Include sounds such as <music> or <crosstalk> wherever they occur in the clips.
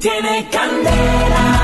tiene <laughs> candela.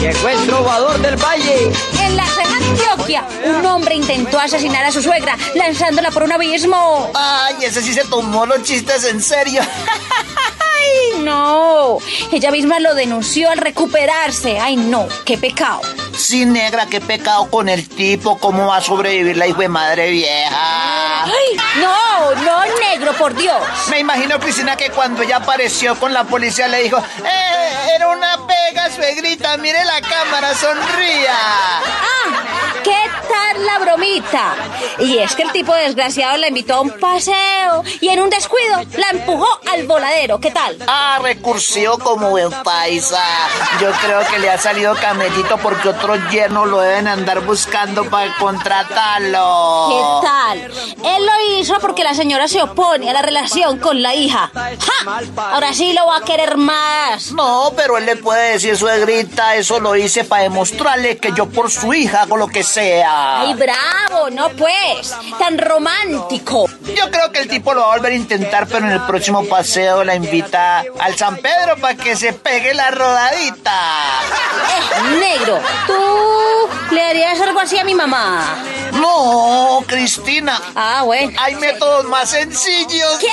Llegó el trovador del valle. En la Gran Antioquia, un hombre intentó asesinar a su suegra lanzándola por un abismo. Ay, ese sí se tomó los chistes en serio. Ay, no. Ella misma lo denunció al recuperarse. Ay, no, qué pecado. Sí, negra, qué pecado con el tipo. ¿Cómo va a sobrevivir la hijo de madre vieja? Ay, no, no, negro, por Dios. Me imagino, Cristina, que cuando ella apareció con la policía le dijo: eh, Era una pega, suegrita, mire la cámara, sonría. Ah, ¿qué tal la bromita? Y es que el tipo desgraciado la invitó a un paseo y en un descuido la empujó al voladero. ¿Qué tal? Ah, recursivo como buen paisa. Yo creo que le ha salido camelito porque otros yernos lo deben andar buscando para contratarlo. ¿Qué tal? Él lo hizo porque la señora se opone a la relación con la hija. ¡Ja! Ahora sí lo va a querer más. No, pero él le puede decir, suegrita, eso lo hice para demostrarle que yo por su hija hago lo que sea. ¡Ay, bravo! No pues, tan romántico. Yo creo que el tipo lo va a volver a intentar, pero en el próximo paseo la invita al San Pedro para que se pegue la rodadita. Eh, negro, tú le harías algo así a mi mamá. No, Cristina. Ah, bueno. Hay métodos más sencillos. ¿Qué?